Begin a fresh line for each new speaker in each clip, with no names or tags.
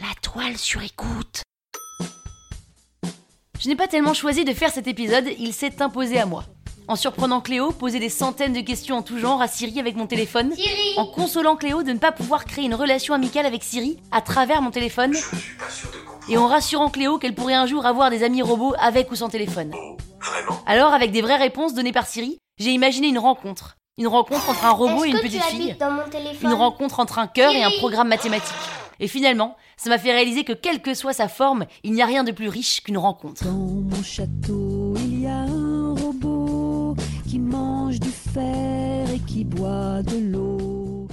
La toile sur écoute
Je n'ai pas tellement choisi de faire cet épisode, il s'est imposé à moi. En surprenant Cléo, poser des centaines de questions en tout genre à Siri avec mon téléphone, en consolant Cléo de ne pas pouvoir créer une relation amicale avec Siri à travers mon téléphone, et en rassurant Cléo qu'elle pourrait un jour avoir des amis robots avec ou sans téléphone. Alors, avec des vraies réponses données par Siri, j'ai imaginé une rencontre. Une rencontre entre un robot et
Est-ce
une
que tu
petite fille.
habites dans mon téléphone
Une rencontre entre un cœur et un programme mathématique. Et finalement, ça m'a fait réaliser que quelle que soit sa forme, il n'y a rien de plus riche qu'une rencontre.
Dans mon château, il y a un robot qui mange du fer et qui boit de l'eau.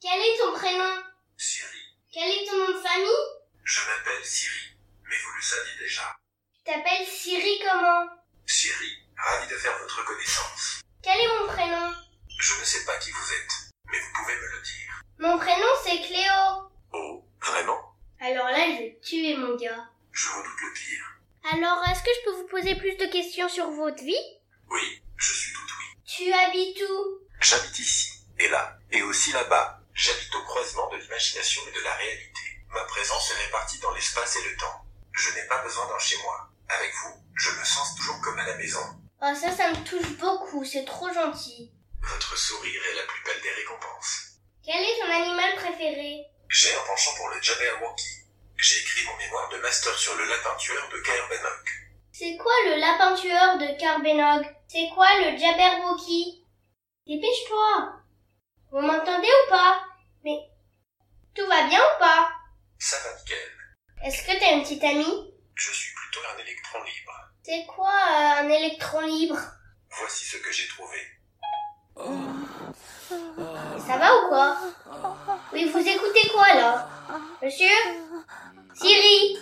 Quel est ton prénom
Siri,
Quel est ton nom de famille
je m'appelle Siri, mais vous le saviez déjà.
Tu t'appelles Siri comment
Siri, ravi de faire votre connaissance.
Quel est mon prénom
Je ne sais pas qui vous êtes, mais vous pouvez me le dire.
Mon prénom c'est Cléo.
Oh, vraiment
Alors là, je vais te tuer mon gars.
Je redoute le pire.
Alors, est-ce que je peux vous poser plus de questions sur votre vie
Oui, je suis tout oui.
Tu habites où
J'habite ici, et là, et aussi là-bas. J'habite au croisement de l'imagination et de la réalité. Ma présence est répartie dans l'espace et le temps. Je n'ai pas besoin d'un chez moi. Avec vous, je me sens toujours comme à la maison.
Oh, ça, ça me touche beaucoup, c'est trop gentil.
Votre sourire est la plus belle des récompenses.
Quel est ton animal préféré
J'ai un penchant pour le Jabberwocky. J'ai écrit mon mémoire de master sur le lapin tueur de Ben Kerbenok.
C'est quoi le lapin tueur de Carbenog C'est quoi le Jabberwocky Dépêche-toi Vous m'entendez ou pas Mais... Tout va bien ou pas
Ça va nickel.
Est-ce que t'as une petite amie
Je suis plutôt un électron libre.
C'est quoi euh, un électron libre
Voici ce que j'ai trouvé.
Ça va ou quoi Oui, vous écoutez quoi là Monsieur Siri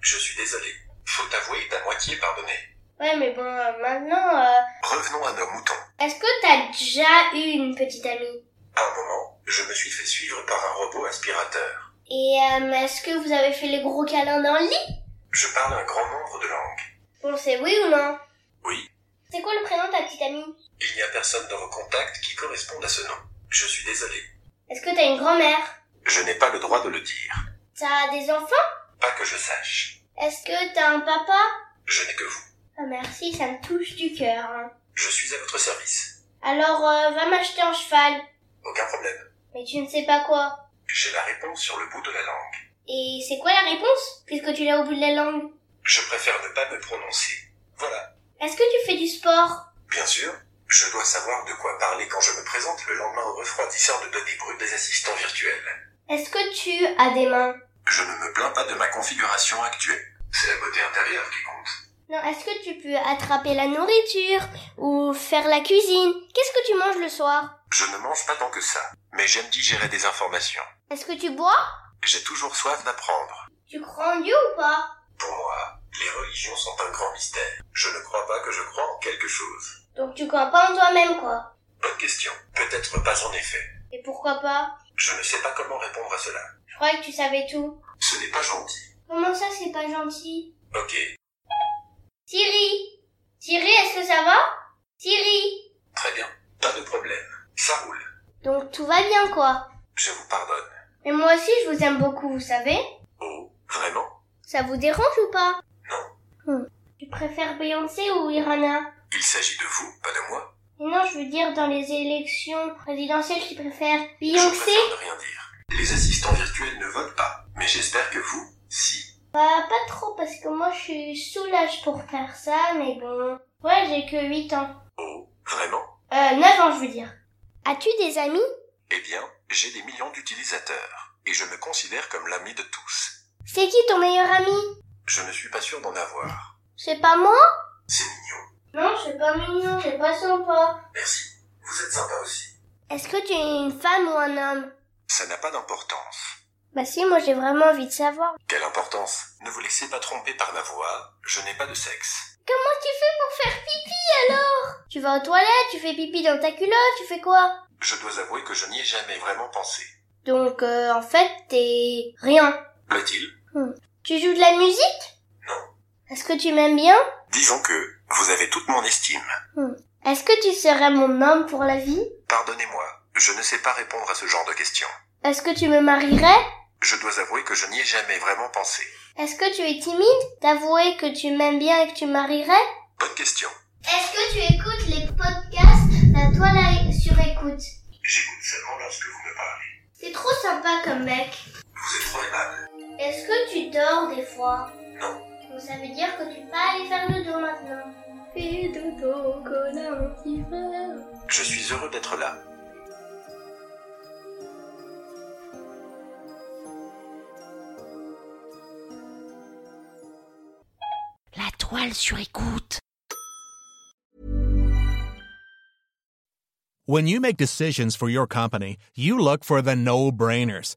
Je suis désolé. Faut avouer est à moitié pardonné.
Ouais, mais bon, euh, maintenant, euh,
Revenons à nos moutons.
est-ce que t'as déjà eu une petite amie
À un moment, je me suis fait suivre par un robot aspirateur.
Et euh, est-ce que vous avez fait les gros câlins dans le lit
Je parle un grand nombre de langues.
On sait oui ou non
Oui,
C'est quoi le prénom de ta petite amie
il n'y a personne dans vos contacts qui corresponde à ce nom. Je suis désolé.
Est-ce que t'as une grand-mère
Je n'ai pas le droit de le dire.
T'as des enfants
Pas que je sache.
Est-ce que t'as un papa
Je n'ai que vous.
Ah, Merci, ça me touche du cœur. hein.
Je suis à votre service.
Alors, euh, va m'acheter un cheval.
Aucun problème.
Mais tu ne sais pas quoi.
J'ai la réponse sur le bout de la langue.
Et c'est quoi la réponse Puisque tu l'as au bout de la langue.
Je préfère ne pas me prononcer. Voilà.
Est-ce que tu fais du sport
Bien sûr, je dois savoir de quoi parler quand je me présente le lendemain au refroidisseur de données brutes des assistants virtuels.
Est-ce que tu as des mains
Je ne me plains pas de ma configuration actuelle. C'est la beauté intérieure qui compte.
Non, est-ce que tu peux attraper la nourriture ou faire la cuisine Qu'est-ce que tu manges le soir
Je ne mange pas tant que ça, mais j'aime digérer des informations.
Est-ce que tu bois
J'ai toujours soif d'apprendre.
Tu crois en Dieu ou pas
Pour moi, les religions sont un grand mystère. Je ne crois pas que je crois en quelque chose.
Donc tu crois pas en toi-même quoi.
Bonne question. Peut-être pas en effet.
Et pourquoi pas
Je ne sais pas comment répondre à cela.
Je croyais que tu savais tout.
Ce n'est pas gentil.
Comment ça c'est pas gentil
Ok,
Siri Siri, est-ce que ça va Siri
Très bien, pas de problème. Ça roule.
Donc tout va bien quoi.
Je vous pardonne.
Mais moi aussi je vous aime beaucoup, vous savez
Oh, vraiment
Ça vous dérange ou pas
Non.
Hmm. Tu préfères Beyoncé ou Irana
Il s'agit de vous, pas de moi.
Mais non, je veux dire dans les élections présidentielles qui préfèrent
Je
Beyoncé
préfère ne rien dire. Les assistants virtuels ne votent pas, mais j'espère que vous, si.
Bah, pas trop, parce que moi, je suis sous l'âge pour faire ça, mais bon. Ouais, j'ai que 8 ans.
Oh, vraiment
Euh, 9 ans, je veux dire. As-tu des amis
Eh bien, j'ai des millions d'utilisateurs, et je me considère comme l'ami de tous.
C'est qui ton meilleur ami
Je ne suis pas sûr d'en avoir.
C'est pas moi
C'est mignon.
Non, c'est pas mignon, c'est pas sympa.
Merci. Vous êtes sympa aussi.
Est-ce que tu es une femme ou un homme
Ça n'a pas d'importance.
Bah si, moi j'ai vraiment envie de savoir.
Quelle importance Ne vous laissez pas tromper par ma voix, je n'ai pas de sexe.
Comment tu fais pour faire pipi alors Tu vas aux toilettes, tu fais pipi dans ta culotte, tu fais quoi
Je dois avouer que je n'y ai jamais vraiment pensé.
Donc euh, en fait, t'es rien.
Plaît-il
Tu joues de la musique
Non.
Est-ce que tu m'aimes bien
Disons que vous avez toute mon estime.
Est-ce que tu serais mon homme pour la vie
Pardonnez-moi, je ne sais pas répondre à ce genre de questions.
Est-ce que tu me marierais
Je dois avouer que je n'y ai jamais vraiment pensé.
Est-ce que tu es timide d'avouer que tu m'aimes bien et que tu me marierais
Bonne question.
Est-ce que tu écoutes les podcasts La toile à- sur écoute
J'écoute seulement lorsque vous me parlez.
C'est trop sympa comme mec.
Vous êtes trop aimable.
Est-ce que tu dors des fois
Non.
Donc ça veut dire que tu peux pas aller faire le dos maintenant. Fais dodo, cola, mon petit frère.
Je suis heureux d'être là.
La toile sur écoute.
When you make decisions for your company, you look for the no brainers.